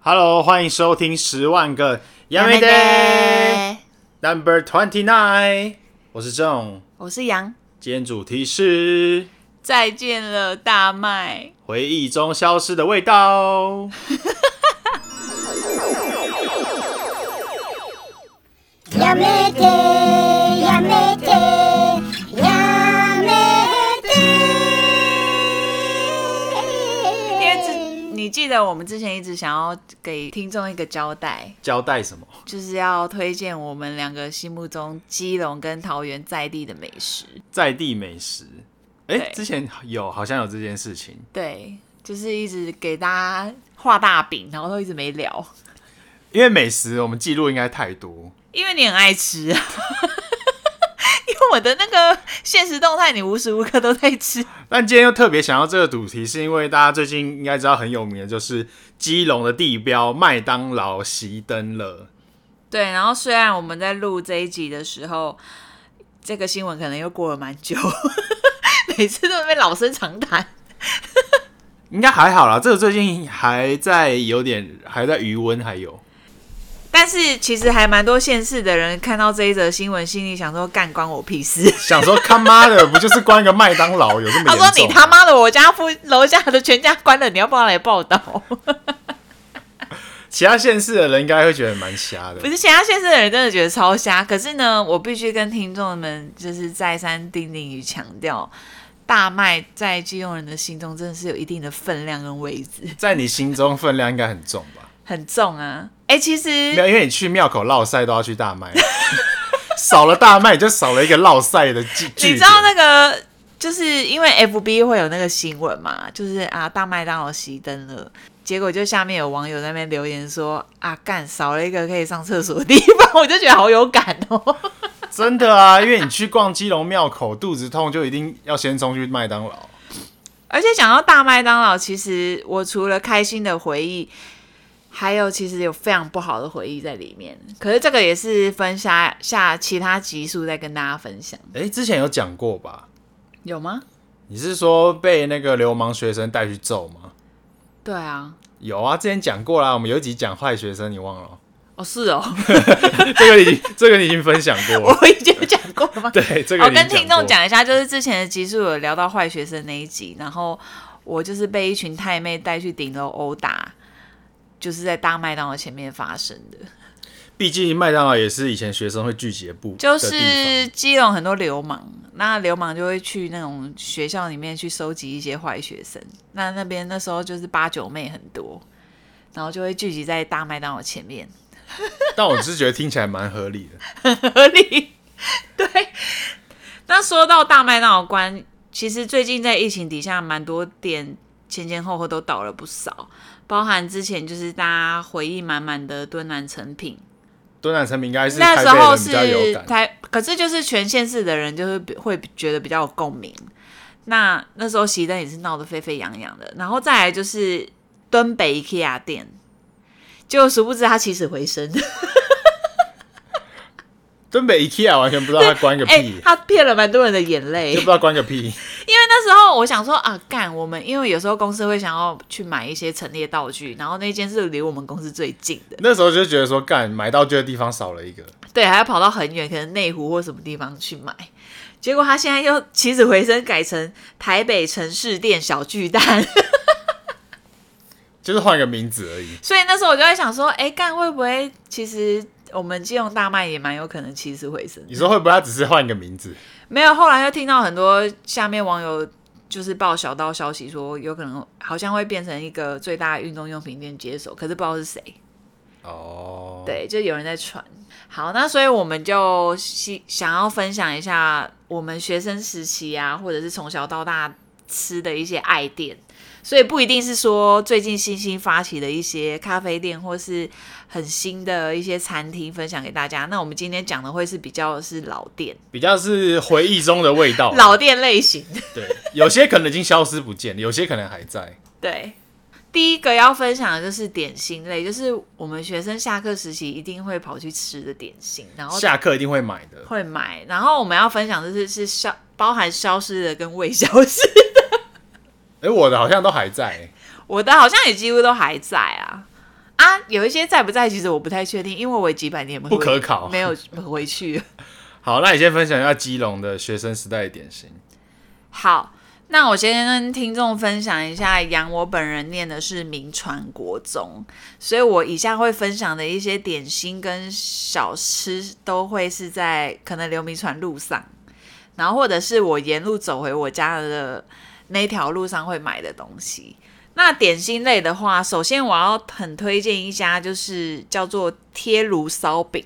Hello，欢迎收听十万个 y a m y 杨梅 Day 爹， Number Twenty Nine，我是郑。我是杨，今天主题是再见了大麦。回忆中消失的味道。やめてやめてやめて因为之你记得我们之前一直想要给听众一个交代，交代什么？就是要推荐我们两个心目中基隆跟桃园在地的美食。在地美食。哎、对之前有好像有这件事情。对，就是一直给大家画大饼，然后都一直没聊，因为美食，我们记录应该太多。因为你很爱吃啊。 因为我的那个现实动态，你无时无刻都在吃。但今天又特别想要这个主题，是因为大家最近应该知道很有名的就是基隆的地标麦当劳熄灯了。对，然后虽然我们在录这一集的时候，这个新闻可能又过了蛮久， 每次都在那边老生常谈。应该还好啦，这个最近还在有点还在余温，还有但是其实还蛮多县市的人看到这一则新闻，心里想说：“干关我屁事想说他妈的 不就是关一个麦当劳有这！”么他严重？啊说：“你他妈的，我家附楼下的全家关了，你要不要来报道 其他县市的人应该会觉得蛮瞎？”不的。是，其他县市的人真的觉得超瞎。可是呢，我必须跟听众们就是再三叮咛与强调，大麦在基隆人的心中真的是有一定的分量跟位置，在你心中分量应该很重吧？很重啊。哎、其实没有，因为你去庙口绕赛都要去大麦， 少了大麦你就少了一个绕赛的据据你点知道那个就是因为 FB 会有那个新闻嘛，就是啊大麦当劳熄灯了，结果就下面有网友在那边留言说啊干少了一个可以上厕所的地方，我就觉得好有感哦。 真的啊，因为你去逛基隆庙口，肚子痛就一定要先冲去麦当劳。而且讲到大麦当劳，其实我除了开心的回忆，还有其实有非常不好的回忆在里面。可是这个也是分下下其他集数再跟大家分享，哎、之前有讲过吧？有吗？你是说被那个流氓学生带去揍吗？对啊，有啊，之前讲过啦，我们有一集讲坏学生，你忘了？哦是哦， 这个你这个你已经分享过了， 我已经讲过了吗？对，这个我你已经跟听众过，讲一下，就是之前的集数有聊到坏学生那一集，然后我就是被一群太妹带去顶楼殴打，就是在大麦当劳前面发生的，毕竟麦当劳也是以前学生会聚集的部，就的地是基隆很多流氓，那流氓就会去那种学校里面去收集一些坏学生，那那边那时候就是八九妹很多，然后就会聚集在大麦当劳前面，方但我是觉得听起来蛮合理的。 合理。 对，那说到大麦当劳关，其实最近在疫情底下，蛮多店前前后后都倒了不少，包含之前就是大家回忆满满的敦南成品，敦南成品应该是那台时北候人比较有是感，台，可是就是全县市的人就是比会觉得比较有共鸣。那那时候熄灯也是闹得沸沸扬扬的，然后再来就是敦北 IKEA 店，就殊不知它起死回生。敦北 IKEA 完全不知道他关个哎、屁，它骗了蛮多人的眼泪，就不知道关个屁。 因为那时候我想说啊，干我们，因为有时候公司会想要去买一些陈列道具，然后那间是离我们公司最近的，那时候就觉得说，干买道具的地方少了一个，对，还要跑到很远，可能内湖或什么地方去买。结果他现在又起死回生，改成台北城市店小巨蛋，就是换个名字而已。所以那时候我就在想说，哎，干会不会其实我们金融大卖也蛮有可能起死回生的你说会不会他只是换个名字？没有，后来又听到很多下面网友就是报小道消息说，有可能好像会变成一个最大的运动用品店接手，可是不知道是谁。哦，，对，就有人在传。好，那所以我们就希想要分享一下我们学生时期啊，或者是从小到大吃的一些爱店。所以不一定是说最近新兴发起的一些咖啡店，或是很新的一些餐厅分享给大家。那我们今天讲的会是比较是老店，比较是回忆中的味道。啊老店类型。对，有些可能已经消失不见了，有些可能还在。对，第一个要分享的就是点心类，就是我们学生下课时期一定会跑去吃的点心，然后下课一定会买的，会买。然后我们要分享的是是消包含消失的跟未消失，哎、我的好像都还在、我的好像也几乎都还在啊啊！有一些在不在，其实我不太确定，因为我也几百年没回不可考没有回去。好，那你先分享一下基隆的学生时代的典型。好，那我先跟听众分享一下，杨我本人念的是民传国中，所以我以下会分享的一些点心跟小吃，都会是在可能流民传路上，然后或者是我沿路走回我家的那条路上会买的东西。那点心类的话，首先我要很推荐一家，就是叫做贴炉烧饼，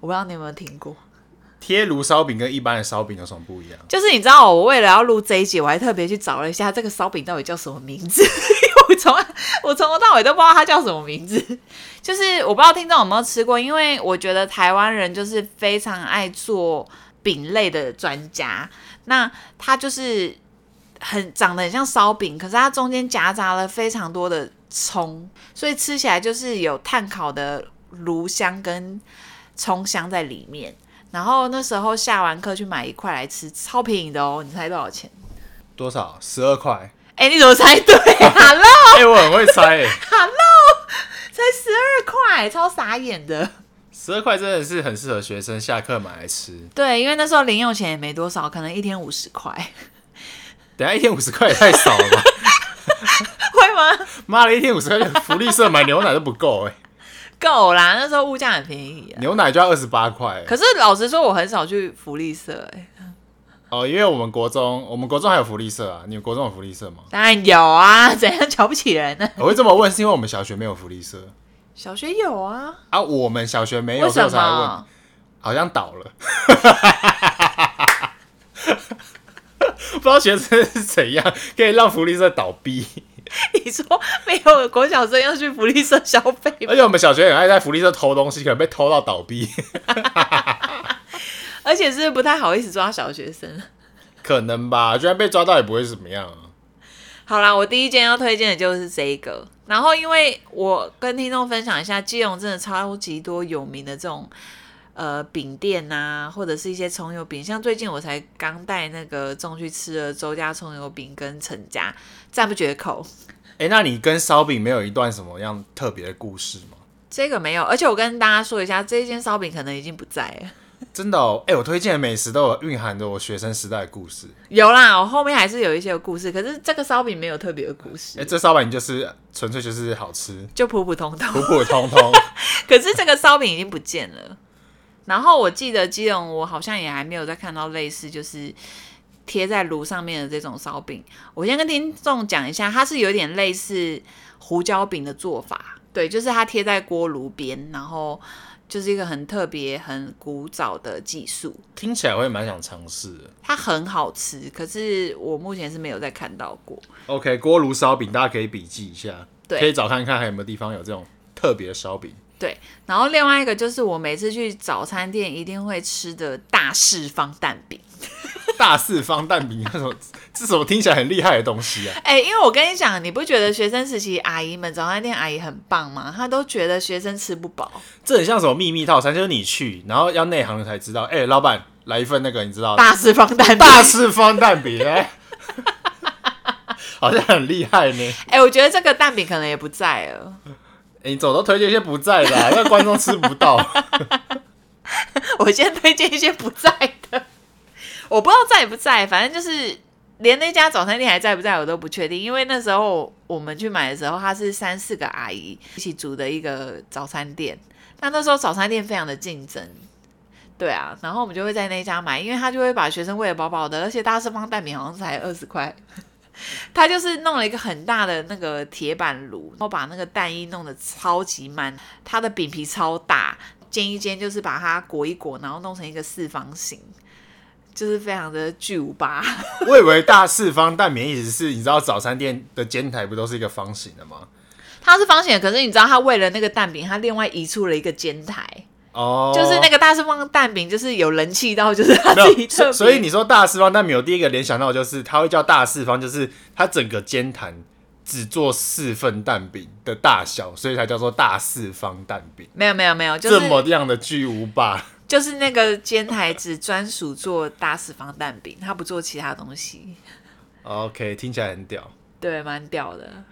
我不知道你有没有听过。贴炉烧饼跟一般的烧饼有什么不一样？就是你知道，我为了要录这一集，我还特别去找了一下这个烧饼到底叫什么名字，因 为我从我从头到尾都不知道它叫什么名字。就是我不知道听众有没有吃过，因为我觉得台湾人就是非常爱做饼类的专家，那它就是很长得很像烧饼，可是它中间夹杂了非常多的葱，所以吃起来就是有炭烤的炉香跟葱香在里面。然后那时候下完课去买一块来吃，超便宜的哦！你猜多少钱？多少？十二块。哎，你怎么猜对 ？Hello，哎、我很会猜、欸，才十二块，超傻眼的。十二块真的是很适合学生下课买来吃。对，因为那时候零用钱也没多少，可能一天五十块，等一下一天五十块也太少了吧？ 会吗？妈的，一天五十块，福利社买牛奶都不够哎、够啦，那时候物价很便宜啊。牛奶就要二十八块欸可是老实说，我很少去福利社、哎，哦，因为我们国中，我们国中还有福利社啊，你们国中有福利社吗？当然有啊， 怎样瞧不起人呢？我会这么问是因为我们小学没有福利社小学有啊，啊，我们小学没有，为所以我什才来问么？。好像倒了， 不知道学生是怎样可以让福利社倒闭，你说没有国小生要去福利社消费吗 而且我们小学很爱在福利社偷东西，可能被偷到倒闭， 而且是不太好意思抓小学生。可能吧，居然被抓到也不会怎么样、啊。好啦，我第一间要推荐的就是这一个。然后，因为我跟听众分享一下，基隆真的超级多有名的这种呃饼店呐、或者是一些葱油饼。像最近我才刚带那个粽去吃了周家葱油饼跟陈家，赞不绝口。哎、那你跟烧饼没有一段什么样特别的故事吗？这个没有，而且我跟大家说一下，这一间烧饼可能已经不在了。 真的哦，哎、我推荐的美食都有蕴含着我学生时代的故事。有啦，我后面还是有一些故事，可是这个烧饼没有特别的故哎、事，这烧饼就是纯粹就是好吃，就普普通通普。普通 通。可是这个烧饼已经不见了。然后我记得基隆，我好像也还没有再看到类似就是贴在炉上面的这种烧饼。我先跟听众讲一下，它是有点类似胡椒饼的做法，对，就是它贴在锅炉边，然后就是一个很特别、很古早的技术。听起来我也蛮想尝试的。它很好吃，可是我目前是没有再看到过。 OK，锅炉烧饼大家可以笔记一下，对可以找看看还有没有地方有这种特别的烧饼。 对，然后另外一个就是我每次去早餐店一定会吃的大四方蛋饼。大四方蛋饼那种， 这什么听起来很厉害的东西啊？哎、因为我跟你讲，你不觉得学生时期阿姨们早餐店阿姨很棒吗？她都觉得学生吃不饱，这很像什么秘密套餐，就是你去，然后要内行的才知道。哎、老板，来一份那个，你知道的大四方蛋饼。哦大四方蛋饼，哎 好像很厉害呢。哎、我觉得这个蛋饼可能也不在了，欸你总都推荐一些不在 的、啊，让观众吃不到。我先推荐一些不在的，我不知道在不在，反正就是连那家早餐店还在不在我都不确定，因为那时候我们去买的时候，它是三四个阿姨一起组的一个早餐店，那那时候早餐店非常的竞争。对啊，然后我们就会在那一家买，因为他就会把学生喂得饱饱的，而且大四方蛋饼好像才二十块，他就是弄了一个很大的那个铁板炉，然后把那个蛋液弄得超级满，它的饼皮超大，煎一煎就是把它裹一裹，然后弄成一个四方形，就是非常的巨无霸。 我以为大四方蛋饼意思是，你知道早餐店的煎台不都是一个方形的吗？它是方形的，可是你知道它为了那个蛋饼，它另外移出了一个煎台，哦，就是那个大四方蛋饼，就是有人气到就是它没自己有，特所所别。以你说大四方蛋饼，我第一个联想到就是它会叫大四方，就是它整个煎坛只做四份蛋饼的大小，所以才叫做大四方蛋饼。没有没有没有，就是这么样的巨无霸，就是那个煎台只专属做大四方蛋饼，它不做其他东西， OK，听起来很屌。对，蛮屌的。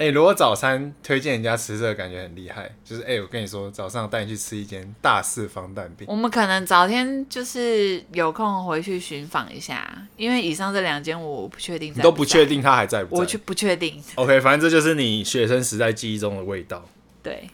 哎、如果早餐推荐人家吃这个，感觉很厉害。就是哎、我跟你说，早上带你去吃一间大四方蛋饼。我们可能早天就是有空回去寻访一下，因为以上这两间我不确定在你都不在确，定它还在不在？我去不确定。 OK，反正这就是你学生时代记忆中的味道。对，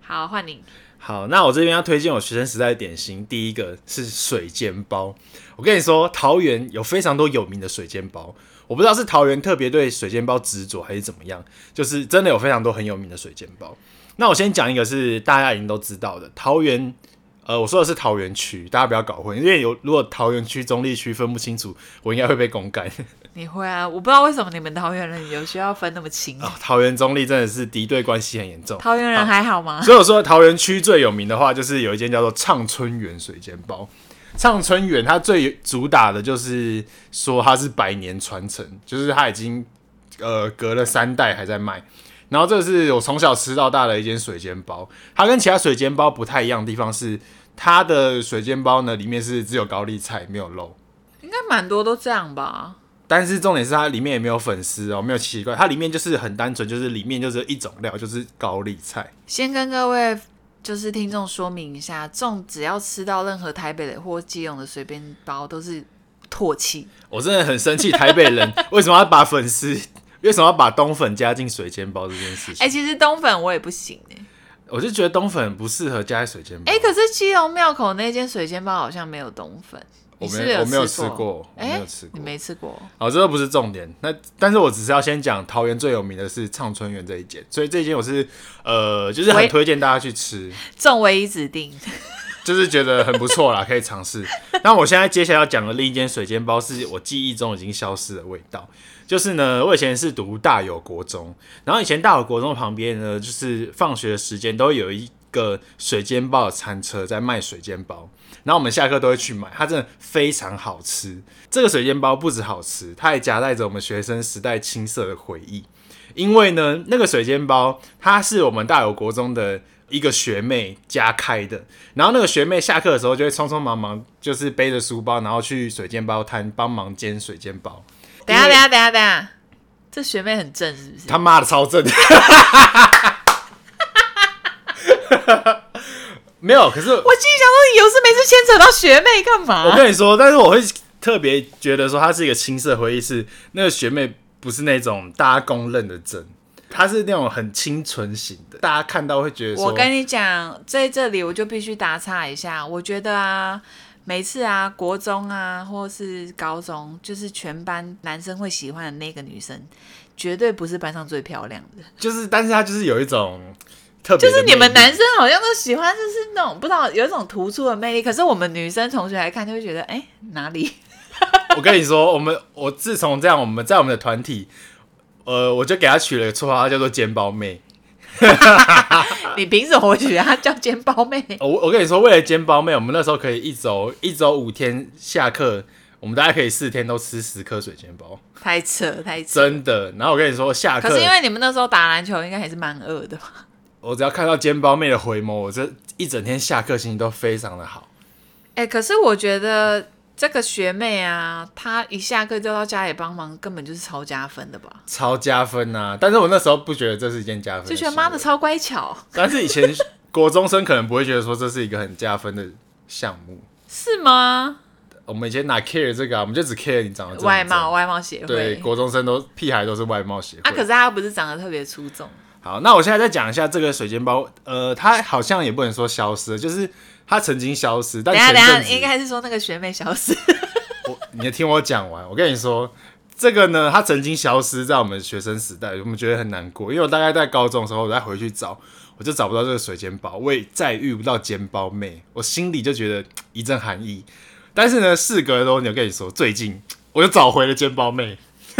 好，换你。好，那我这边要推荐我学生时代的点心，第一个是水煎包。我跟你说，桃园有非常多有名的水煎包，我不知道是桃园特别对水煎包执着还是怎么样，就是真的有非常多很有名的水煎包。那我先讲一个是大家已经都知道的，桃园，呃，我说的是桃园区，大家不要搞混，因为有如果桃园区、中立区分不清楚，我应该会被公干。 你会啊？我不知道为什么你们桃园人有需要分那么清。啊桃园中立真的是敌对关系很严重。桃园人还好吗？ 所以我说桃园区最有名的话，就是有一间叫做畅春园水煎包。畅春园它最主打的就是说它是百年传承，就是它已经呃隔了三代还在卖。然后这是我从小吃到大的一间水煎包，它跟其他水煎包不太一样的地方是，它的水煎包呢里面是只有高丽菜没有肉，应该蛮多都这样吧。但是重点是它里面也没有粉丝哦，没有奇怪，它里面就是很单纯，就是里面就是一种料，就是高丽菜。先跟各位就是听众说明一下，粽只要吃到任何台北的或基隆的随便包都是唾弃。我真的很生气，台北 人为什么要把粉丝，为什么要把冬粉加进水煎包这件事情？哎、其实冬粉我也不行哎、我就觉得冬粉不适合加在水煎包。哎、可是基隆庙口那间水煎包好像没有冬粉，我你没是不是我没有吃吃过我哎、没有吃过你没吃过？好，这都不是重点。那但是我只是要先讲桃园最有名的是畅春园这一间，所以这一间我是呃，就是很喂推荐大家去吃，众唯一指定，就是觉得很不错 啦，可以尝试。那我现在接下来要讲的另一间水煎包是我记忆中已经消失的味道，就是呢，我以前是读大有国中，然后以前大有国中旁边呢，就是放学的时间都会有一个水煎包的餐车在卖水煎包，然后我们下课都会去买，它真的非常好吃。这个水煎包不止好吃，它还夹带着我们学生时代青涩的回忆，因为呢，那个水煎包它是我们大有国中的。一个学妹家开的，然后那个学妹下课的时候就会匆匆忙忙，就是背着书包，然后去水煎包摊帮忙煎水煎包。等一下等一下等一下等一下，这学妹很正是不是？他妈的超正。 没有，可是我我心里想说，你有事没事牵扯到学妹干嘛？跟你说，但是我会特别觉得说，她是一个青涩回忆，是那个学妹不是那种大家公认的正，她是那种很清纯型的，大家看到会觉得说，我跟你讲，在这里我就必须打岔一下，我觉得啊。每次啊，国中啊，或是高中，就是全班男生会喜欢的那个女生，绝对不是班上最漂亮的。就是，但是她就是有一种特别就的魅是力，你们男生好像都喜欢，就是那种不知道有一种突出的魅力，可是我们女生同学来看就会觉得，哎、哪里？ 我跟你说，我们我自从这样，我们在我们的团体，呃，我就给她取了个绰号，叫做煎包妹。你凭什么取她啊叫肩包妹？我我跟你说，为了煎包妹，我们那时候可以一周一周五天下课，我们大概可以四天都吃十颗水煎包，太扯太扯！真的。然后我跟你说，下可课是因为你们那时候打篮球，应该还是蛮饿的吧？我只要看到煎包妹的回眸，我这一整天下课心情都非常的好。 哎、可是我觉得这个学妹啊，她一下课就到家里帮忙，根本就是超加分的吧？超加分呐、但是我那时候不觉得这是一件加分，就觉得妈的！超乖巧， 但是以前国中生可能不会觉得说这是一个很加分的项目。是吗？我们以前哪 care 这个啊？我们就只 care 你长得正不正外貌啊外貌协对，会。国中生都屁孩都是外貌协会。啊，可是她不是长得特别出众，好，那我现在再讲一下这个水煎包，呃，它好像也不能说消失了，就是它曾经消失，但等一下前等一下，阵应子，该是说那个学妹小死。我你听我讲完，我跟你说。这个呢，它曾经消失在我们学生时代，我们觉得很难过，因为我大概在高中的时候，我再回去找，我就找不到这个水煎包，我也再遇不到煎包妹，我心里就觉得嘖一阵寒意。但是呢，事隔多年，我跟你说，最近嘖我又找回了煎包妹，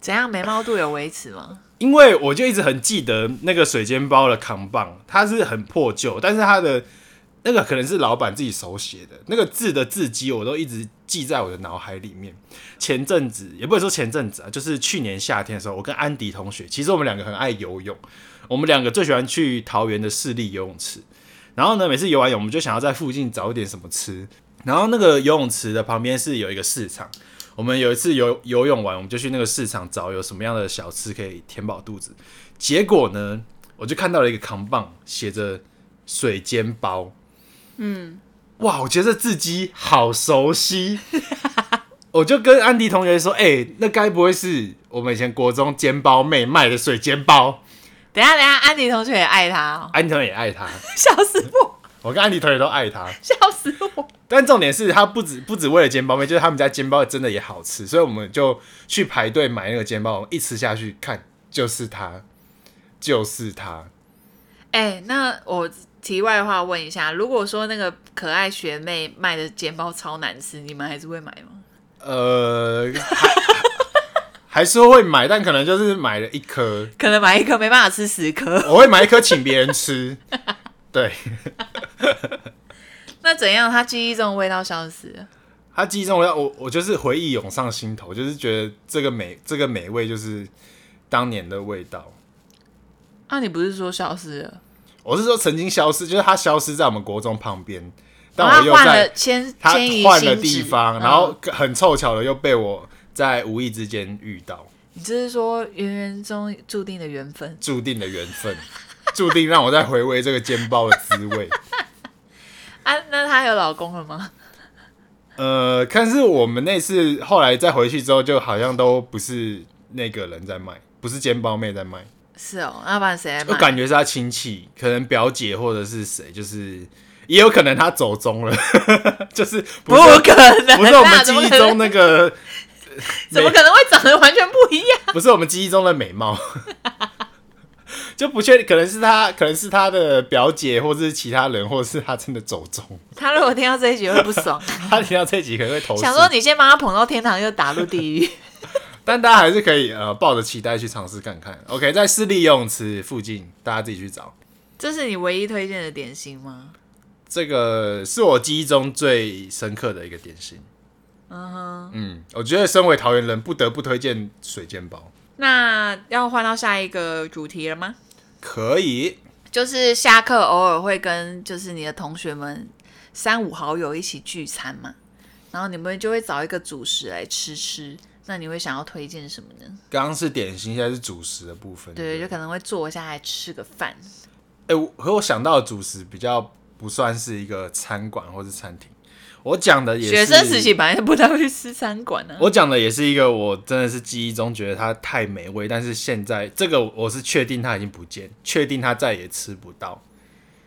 怎样眉毛度有维持吗？因为我就一直很记得那个水煎包的扛棒，它是很破旧，但是它的那个可能是老板自己手写的，那个字的字迹我都一直记在我的脑海里面。前阵子也不能说前阵子啊，就是去年夏天的时候，我跟安迪同学，其实我们两个很爱游泳，我们两个最喜欢去桃园的市立游泳池。然后呢，每次游完泳，我们就想要在附近找一点什么吃。然后那个游泳池的旁边是有一个市场，我们有一次游游泳完，我们就去那个市场找有什么样的小吃可以填饱肚子。结果呢，我就看到了一个扛棒，写着水煎包。嗯，哇，我觉得这字迹好熟悉。 我就跟安迪同学说：“哎、那该不会是我们以前国中煎包妹卖的水煎包等一下等一下，安迪同学也爱他、哦？”，安迪同学也爱他， 笑死我，我跟安迪同学都爱他。笑死我。但重点是，他不止不止为了煎包面，就是他们家煎包真的也好吃，所以我们就去排队买那个煎包，我们一吃下去看，就是它，就是它。哎、那我题外话问一下，如果说那个可爱学妹卖的煎包超难吃，你们还是会买吗？呃，还 还是会买，但可能就是买了一颗，可能买一颗没办法吃十颗，我会买一颗请别人吃。 对， 那怎样？他记忆中的味道消失了？它记忆中我我我就是回忆涌上心头，就是觉得这个美这个美味就是当年的味道。啊，你不是说消失了？我是说曾经消失，就是它消失在我们国中旁边，但然我后他又哦换在了迁他迁移换了新址地方，嗯然后很凑巧的又被我在无意之间遇到，你这是说缘缘中注定的缘分？注定的缘分，注定让我再回味这个煎包的滋味。啊，那她有老公了吗？ 呃，但是我们那次后来再回去之后，就好像都不是那个人在卖，不是煎包妹在卖，是哦，那不然谁来我买？感觉是他亲戚，可能表姐或者是谁，就是也有可能他走中了， 就是不不是可能啊，不是我们 怎记么忆可能中那个，怎么可能会长得完全不一样？不是我们记忆中的美貌， 就不确定，可能是他，可能是他的表姐，或者是其他人，或者是他真的走 中。他如果听到这一集会不 爽，他听到这集可能会投诉想，说你先把他捧到天堂，又打入地 狱。但大家还是可以呃抱着期待去尝试看看。OK，在私立游泳池附近，大家自己去找。这是你唯一推荐的点心吗？这个是我记忆中最深刻的一个点心。嗯哼，嗯，我觉得身为桃园人，不得不推荐水煎包。那要换到下一个主题了吗？可以，就是下课偶尔会跟就是你的同学们三五好友一起聚餐嘛，然后你们就会找一个主食来吃吃。那你会想要推荐什么呢？刚刚是点心，现在是主食的部分。对，不就可能会坐下来吃个饭。哎、我和我想到的主食比较不算是一个餐馆或是餐厅，我讲的也是学生时期，本来就不太会去吃餐馆啊。我讲的也是一个我真的是记忆中觉得它太美味，但是现在这个我是确定它已经不见，确定它再也吃不到。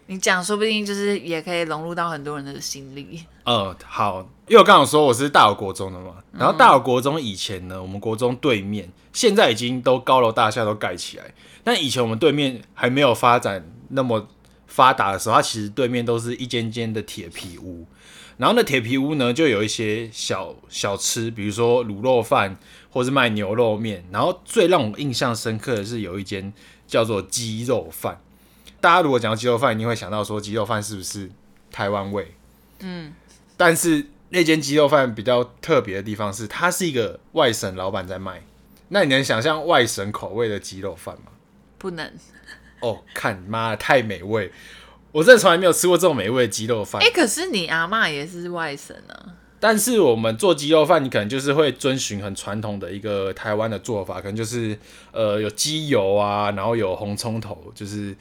你讲，说不定就是也可以融入到很多人的心里。呃，好，因为我刚刚有说我是大有国中的嘛，然后大有国中以前呢，我们国中对面现在已经都高楼大厦都盖起来，但以前我们对面还没有发展那么发达的时候，它其实对面都是一间间的铁皮屋，然后那铁皮屋呢就有一些小小吃，比如说卤肉饭或是卖牛肉面，然后最让我印象深刻的是有一间叫做鸡肉饭，大家如果讲到鸡肉饭，一定会想到说鸡肉饭是不是台湾味？但是那间鸡肉饭比较特别的地方是，它是一个外省老板在卖。那你能想象外省口味的鸡肉饭吗？不能，哦，看妈的太美味！我真的从来没有吃过这种美味的鸡肉饭。哎、可是你阿嬷也是外省啊，但是我们做鸡肉饭，你可能就是会遵循很传统的一个台湾的做法，可能就是呃有鸡油啊，然后有红葱头，就是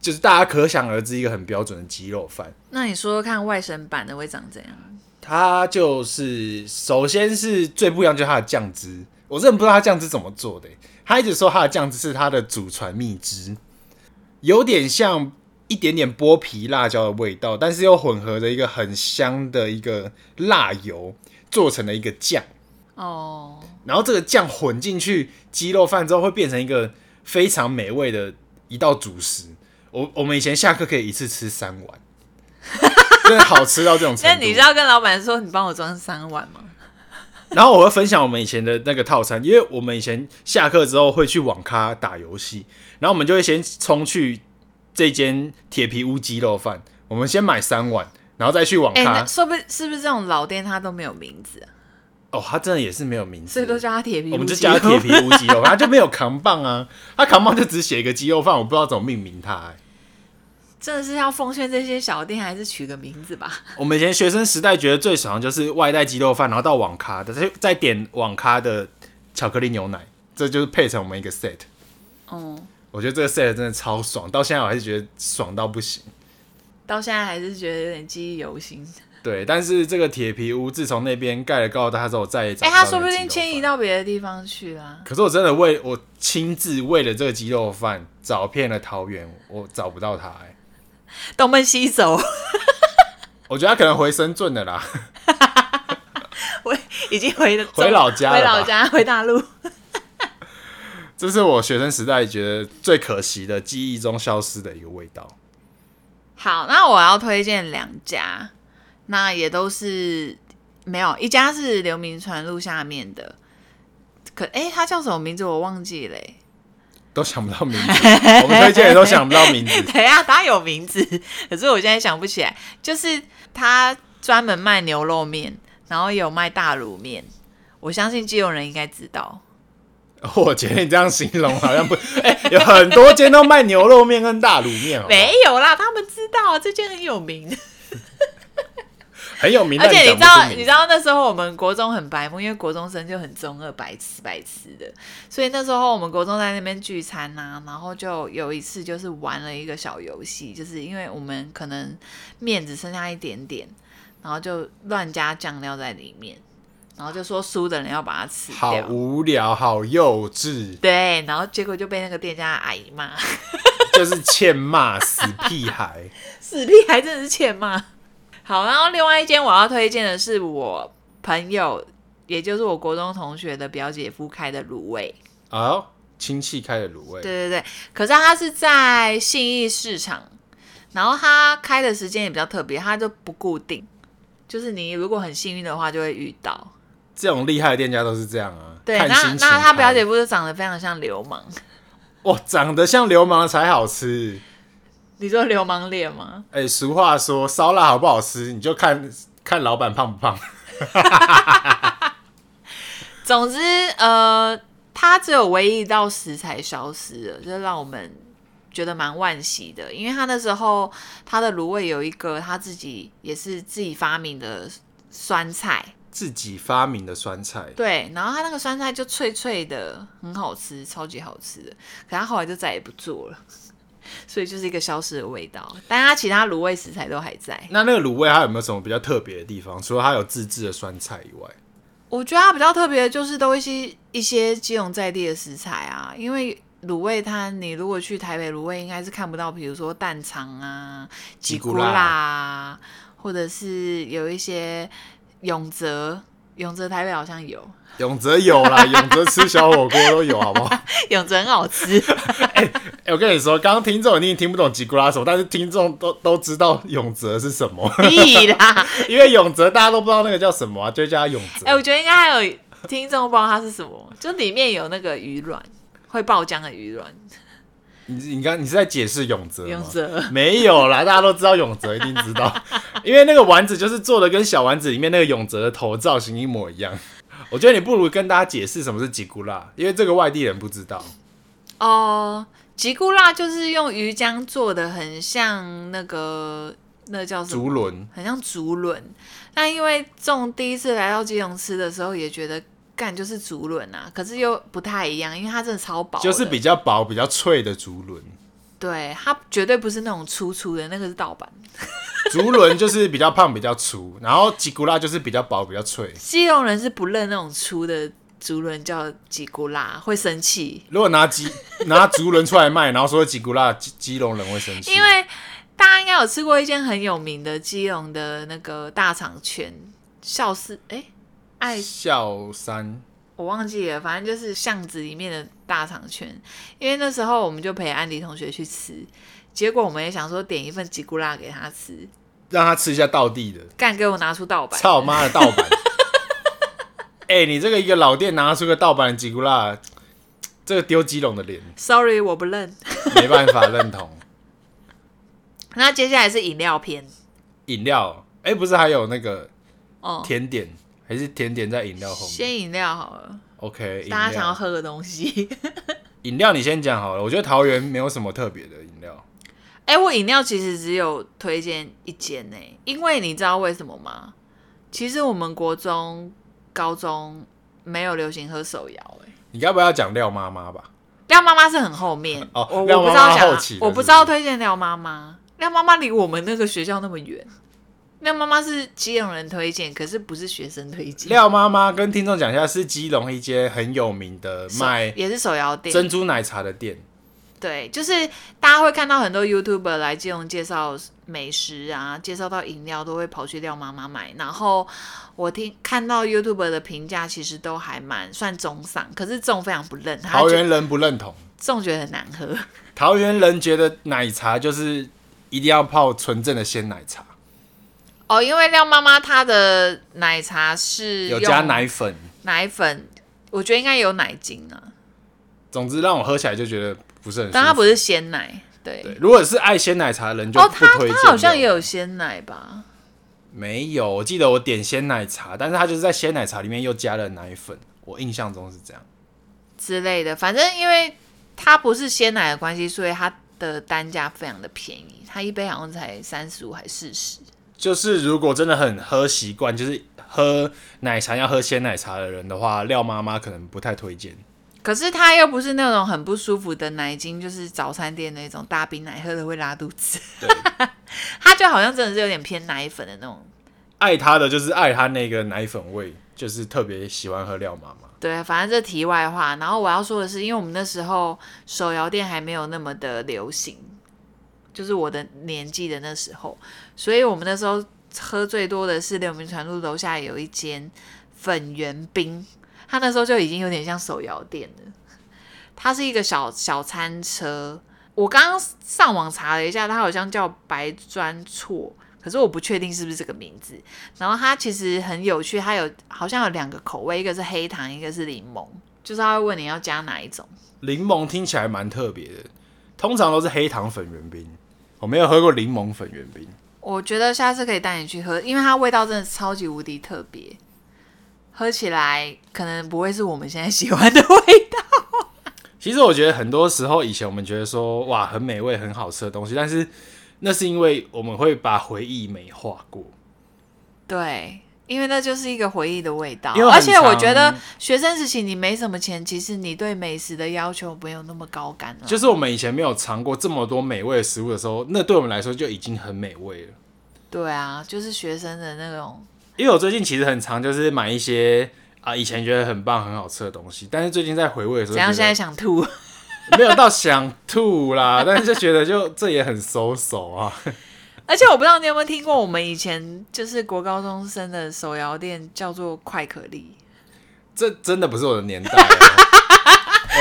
就是大家可想而知一个很标准的鸡肉饭。那你说说看外省版的会长怎样？它就是首先是最不一样，就是它的酱汁。我真的不知道它酱汁怎么做的、欸他一直说它的酱汁是它的祖传秘汁，有点像一点点剥皮辣椒的味道，但是又混合着一个很香的一个辣油做成了一个酱。哦，然后这个酱混进去鸡肉饭之后，会变成一个非常美味的一道主食。我我们以前下课可以一次吃三 碗，真的好吃到这种程那度。你是要跟老板说你帮我装三碗吗？然后我会分享我们以前的那个套餐，因为我们以前下课之后会去网咖打游戏，然后我们就会先冲去这间铁皮屋鸡肉饭，我们先买三碗，然后再去网哎、咖。那说不是不是这种老店它都没有名字、啊，哦，它真的也是没有名字，所以都叫它铁皮屋鸡肉。哦我们就叫它铁皮屋鸡肉饭，它就没有扛棒啊，它扛棒就只写一个鸡肉饭，我不知道怎么命名它、欸 真的是要奉劝这些小店，还是取个名字吧。我们以前学生时代觉得最爽的就是外带鸡肉饭，然后到网咖的，再再点网咖的巧克力牛奶，这就是配成我们一个 set。嗯，我觉得这个 set 真的超爽，到现在我还是觉得爽到不行。到现在还是觉得有点记忆犹新。对，但是这个铁皮屋自从那边盖了高楼大厦之后，我再也找哎、不到他那说个不鸡定肉迁移饭。到别的地方去啦。可是我真的为我亲自为了这个鸡肉饭找遍了桃园，我找不到它、哎，东奔西走， 我觉得它可能回深圳的啦。我已经回回老家了回吧老家，回大陆。这是我学生时代觉得最可惜的记忆中消失的一个味道。好，那我要推荐两家，那也都是没有一家是流明传路下面的，可哎、它叫什么名字我忘记了、欸。都想不到名字， 我们推荐人都想不到名字。等一下，它有名字，可是我现在想不起来。就是它专门卖牛肉面，然后有卖大卤面，我相信基隆人应该知道。我觉得你这样形容好像不，哎、有很多间都卖牛肉面跟大卤面，好不好没有啦，他们知道这件很有名。很有名，而且你知道，但讲不出名字你知道那时候我们国中很白目，因为国中生就很中二、白痴、白痴的，所以那时候我们国中在那边聚餐呐、然后就有一次就是玩了一个小游戏，就是因为我们可能面只剩下一点点，然后就乱加酱料在里面，然后就说输的人要把它吃好掉。无聊，好幼稚， 对，然后结果就被那个店家的阿姨骂，就是欠骂死屁孩。 死屁还真的是欠骂。好，然后另外一间我要推荐的是我朋友，也就是我国中同学的表姐夫开的卤味。哦，亲戚开的卤味，对对对，可是他是在信义市场，然后他开的时间也比较特别，他就不固定，就是你如果很幸运的话就会遇到。这种厉害的店家都是这样啊。对，看那心情那他开表姐夫就长得非常像流氓，哇，长得像流氓才好吃。你说流氓脸吗？哎、俗话说烧腊好不好吃，你就看看老板胖不胖。 总之，呃，它只有唯一一道食材消失了，就是让我们觉得蛮惋惜的，因为他那时候他的卤味有一个他自己也是自己发明的酸菜，自己发明的酸菜，对，然后它那个酸菜就脆脆的，很好吃，超级好吃的。可它后来就再也不做了，所以就是一个消失的味道。但它其他卤味食材都还在。那那个卤味它有没有什么比较特别的地方？除了它有自制的酸菜以外，我觉得它比较特别的就是都一些一些基隆在地的食材啊，因为卤味摊你如果去台北卤味，应该是看不到，比如说蛋肠啊、吉吉古古拉拉啊，或者是有一些永泽，永泽台北好像有，永泽有啦，永泽吃小火锅都有，好不好？永泽很好 吃。哎、我跟你说，刚刚听众一定听不懂吉古拉什么，但是听众都都知道永泽是什么， 屁啦！因为永泽大家都不知道那个叫什么、啊，就叫它永泽。哎、我觉得应该还有听众不知道它是什么，就里面有那个鱼卵，会爆浆的鱼卵，你你刚你是在解释永泽吗？永泽没有啦，大家都知道永泽，一定知道， 因为那个丸子就是做的跟小丸子里面那个永泽的头造型一模一样。我觉得你不如跟大家解释什么是吉古拉，因为这个外地人不知道。嗯哦。吉古拉就是用鱼浆做的，很像那个那叫什竹么？轮很像竹轮。那因为仲第一次来到基隆吃的时候，也觉得干就是竹轮啊，可是又不太一样，因为它真的超薄的，就是比较薄、比较脆的竹轮，对它绝对不是那种粗粗的，那个是盗版。竹轮就是比较胖、比较粗，然后吉古拉就是比较薄、比较脆。基隆人是不认那种粗的竹轮叫吉古拉，会生气。如果拿吉 拿竹轮出来卖，然后说吉古拉，基基隆人会生气。因为大家应该有吃过一间很有名的基隆的那个大肠圈，孝思哎、爱孝山我忘记了，反正就是巷子里面的大肠圈。因为那时候我们就陪安迪同学去吃，结果我们也想说点一份吉古拉给他吃，让他吃一下道地的，干给我拿出盗版，操妈的盗版！ 哎、你这个一个老店拿出个盗版的吉古拉，这个丢基隆的脸， ，sorry 我不认。 没办法认同。 那接下来是饮料篇饮料，哎、不是还有那个哦，甜点，还是甜点在饮料后面先饮料好了， ？OK，饮料大家想要喝个东西。 饮料你先讲好了，我觉得桃园没有什么特别的饮料。哎、我饮料其实只有推荐一间呢、因为你知道为什么吗？其实我们国中、高中没有流行喝手摇、哎，你该不要讲廖妈妈吧？廖妈妈是很后面，哦我廖我不妈知道妈讲后啊期，的我是不不知道是推荐廖妈妈。廖妈妈离我们那个学校那么远，廖妈妈是基隆人推荐，可是不是学生推荐。廖妈妈跟听众讲一下，是基隆一间很有名的手卖也是手摇店，珍珠奶茶的店。对，就是大家会看到很多 YouTuber 来基隆介绍美食啊，介绍到饮料都会跑去廖妈妈买。然后我听看到 YouTuber 的评价，其实都还蛮算中上，可是中非常不认，他桃觉园人不认同，中觉得很难喝。桃园人觉得奶茶就是一定要泡纯正的鲜奶茶，哦，因为廖妈妈她的奶茶是有加用奶粉。奶粉，我觉得应该有奶精啊，总之让我喝起来就觉得不是很舒服。但它不是鲜奶，对。对，如果是爱鲜奶茶的人就哦，不它推荐。它好像也有鲜奶吧？没有？我记得我点鲜奶茶，但是它就是在鲜奶茶里面又加了奶粉，我印象中是这样。之类的，反正因为它不是鲜奶的关系，所以它的单价非常的便宜，它一杯好像才三十五还四十。就是如果真的很喝习惯，就是喝奶茶要喝鲜奶茶的人的话，廖妈妈可能不太推荐。可是它又不是那种很不舒服的奶精，就是早餐店那种大冰奶，喝了会拉肚子。 它就好像真的是有点偏奶粉的那种。爱她的就是爱她那个奶粉味，就是特别喜欢喝廖妈妈。对，反正这题外话。然后我要说的是，因为我们那时候手摇店还没有那么的流行，就是我的年纪的那时候，所以我们那时候喝最多的是柳明传路楼下有一间粉圆冰，它那时候就已经有点像手摇店了。它是一个小小餐车，我刚刚上网查了一下，它好像叫白砖错，可是我不确定是不是这个名字。然后它其实很有趣，它有好像有两个口味，一个是黑糖，一个是柠檬，就是它会问你要加哪一种。柠檬听起来蛮特别的，通常都是黑糖粉圆冰，我没有喝过柠檬粉圆冰。我觉得下次可以带你去喝，因为它味道真的超级无敌特别，喝起来可能不会是我们现在喜欢的味道。其实我觉得很多时候以前我们觉得说哇很美味很好吃的东西，但是那是因为我们会把回忆美化过。 对，因为那就是一个回忆的味道因为。很而且我常觉得学生时期你没什么钱，其实你对美食的要求没有那么高干啊了、就是我们以前没有尝过这么多美味的食物的时候，那对我们来说就已经很美味了。对啊，就是学生的那种因为我最近其实很常就是买一些啊以前觉得很棒很好吃的东西，但是最近在回味的时候，怎样？现在想吐。没有到想吐啦， 但是就觉得就这也很收手啊。而且我不知道你有没有听过，我们以前就是国高中生的手摇店叫做快可丽，这真的不是我的年代、 啊。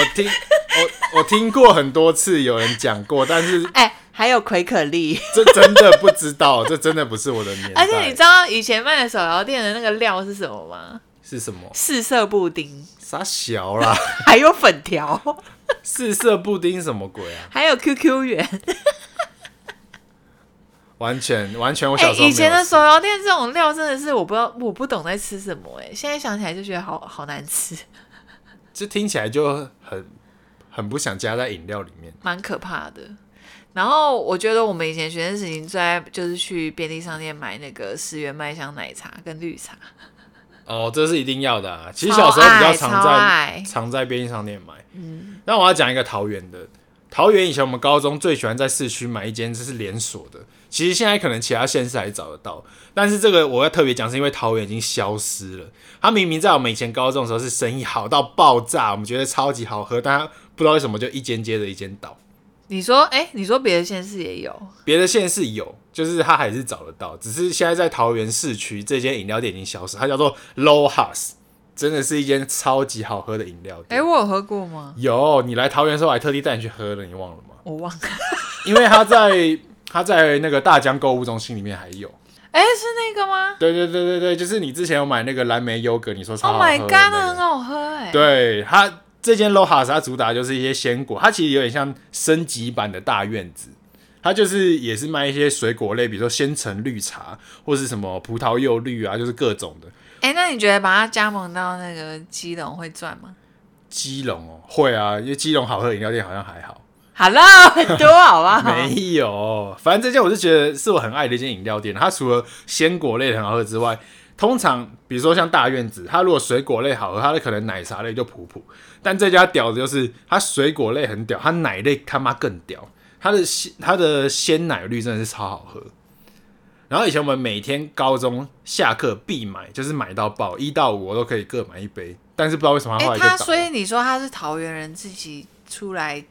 我听我我听过很多次有人讲过，但是哎、还有葵可丽。这真的不知道，这真的不是我的年代。而且你知道以前卖的手摇店的那个料是什么吗？是什么？四色布丁，傻小啦，还有粉条，四色布丁什么鬼啊？还有 QQ 圆。完全完全，我哎、小时候没有以前的吃手摇店这种料真的是我不知道，我不懂在吃什么、哎，现在想起来就觉得好好难吃， 这听起来就很很不想加在饮料里面。蛮可怕的。然后我觉得我们以前学生时期最爱就是去便利商店买那个十元麦香奶茶跟绿茶。哦，这是一定要的啊。其实超小时候比较爱常超在爱常在便利商店买。嗯，那我要讲一个桃园的。桃园以前我们高中最喜欢在市区买一间，这是连锁的。其实现在可能其他县市还找得到，但是这个我要特别讲，是因为桃园已经消失了。它明明在我们以前高中的时候是生意好到爆炸，我们觉得超级好喝，但它不知道为什么就一间接着一间倒。你说，哎、你说别的县市也有，别的县市有，就是它还是找得到，只是现在在桃园市区这间饮料店已经消失，它叫做 Low House，真的是一间超级好喝的饮料哎、店。我有喝过吗？有，你来桃园的时候我还特地带你去喝了，你忘了吗？我忘 了，因为它在 它在那个大江购物中心里面还有。哎、是那个吗对对对对对，就是你之前有买那个蓝莓优格，你说超？Oh 好喝的 my 那 god，个、那很好喝 哎、对它这间 Loha 它主打就是一些鲜果，它其实有点像升级版的大院子，它就是也是卖一些水果类，比如说鲜橙绿茶或是什么葡萄柚绿啊，就是各种的。哎、那你觉得把它加盟到那个基隆会赚吗？基隆哦，会啊，因为基隆好喝饮料店好像还好， Hello，很 多好不好？ 没有，反正这间我是觉得是我很爱的一间饮料店。它除了鲜果类很好喝之外，通常比如说像大院子，它如果水果类好喝，它的可能奶茶类就普普。但这家屌的就是它水果类很屌，它奶类他妈更屌，它的鲜它的鲜奶绿真的是超好喝。然后以前我们每天高中下课必买，就是买到爆，一到五我都可以各买一杯。但是不知道为什么它哎、后来就倒他了。所以你说他是桃园人自己出来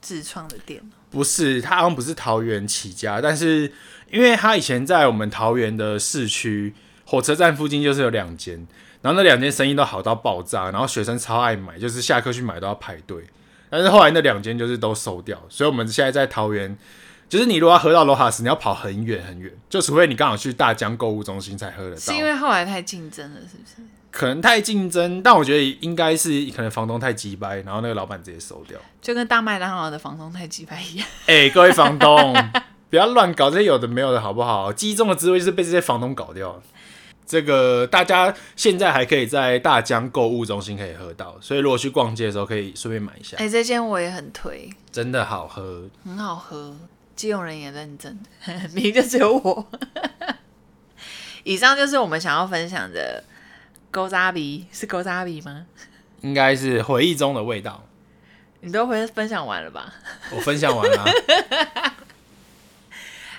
自创的店吗不是，他好像不是桃园起家，但是因为他以前在我们桃园的市区火车站附近就是有两间，然后那两间生意都好到爆炸，然后学生超爱买，就是下课去买都要排队。但是后来那两间就是都收掉，所以我们现在在桃园，就是你如果要喝到罗哈斯，你要跑很远很远，就除非你刚好去大江购物中心才喝得到。是因为后来太竞争了，是不是？可能太竞争，但我觉得应该是可能房东太鸡掰，然后那个老板直接收掉。就跟大麦当劳的房东太鸡掰一样。哎、各位房东，不要乱搞这些有的没有的，好不好？记忆中的滋味就是被这些房东搞掉了。这个大家现在还可以在大江购物中心可以喝到，所以如果去逛街的时候可以顺便买一下，哎、这间我也很推，真的好喝。很好喝，基隆人也认真， 明明就只有我。 以上就是我们想要分享的勾扎比，是勾扎比吗？应该是回忆中的味道。你都回分享完了吧？我分享完了、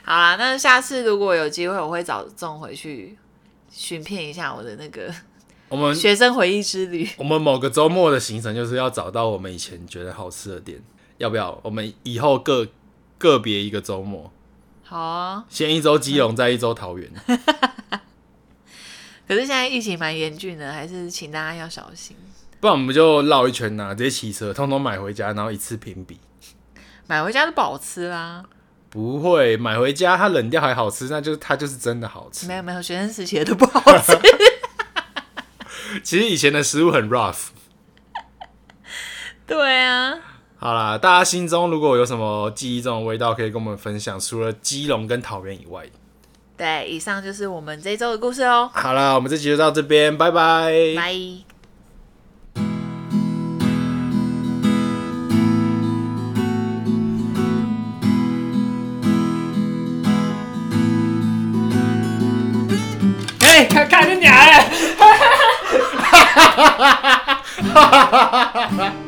好啦，那下次如果有机会，我会找众回去寻遍一下我的那个我们学生回忆之旅。我们某个周末的行程就是要找到我们以前觉得好吃的店，要不要？我们以后各个别一个周末，好啊，先一周基隆，再一周桃园。可是现在疫情蛮严峻的，还是请大家要小心。不然我们就绕一圈呐、直接骑车，通通买回家，然后一次评比。买回家就不好吃啦，不会买回家，它冷掉还好吃，那就是它就是真的好吃没。有没有，学生时期的都不好吃。 其实以前的食物很 rough。对啊，好啦，大家心中如果有什么记忆中的味道，可以跟我们分享。除了基隆跟桃园以外，对，以上就是我们这一周的故事哦，好啦，我们这集就到这边，拜拜。拜。哎，看看你俩哎！哈哈哈哈哈哈！哈哈哈哈哈！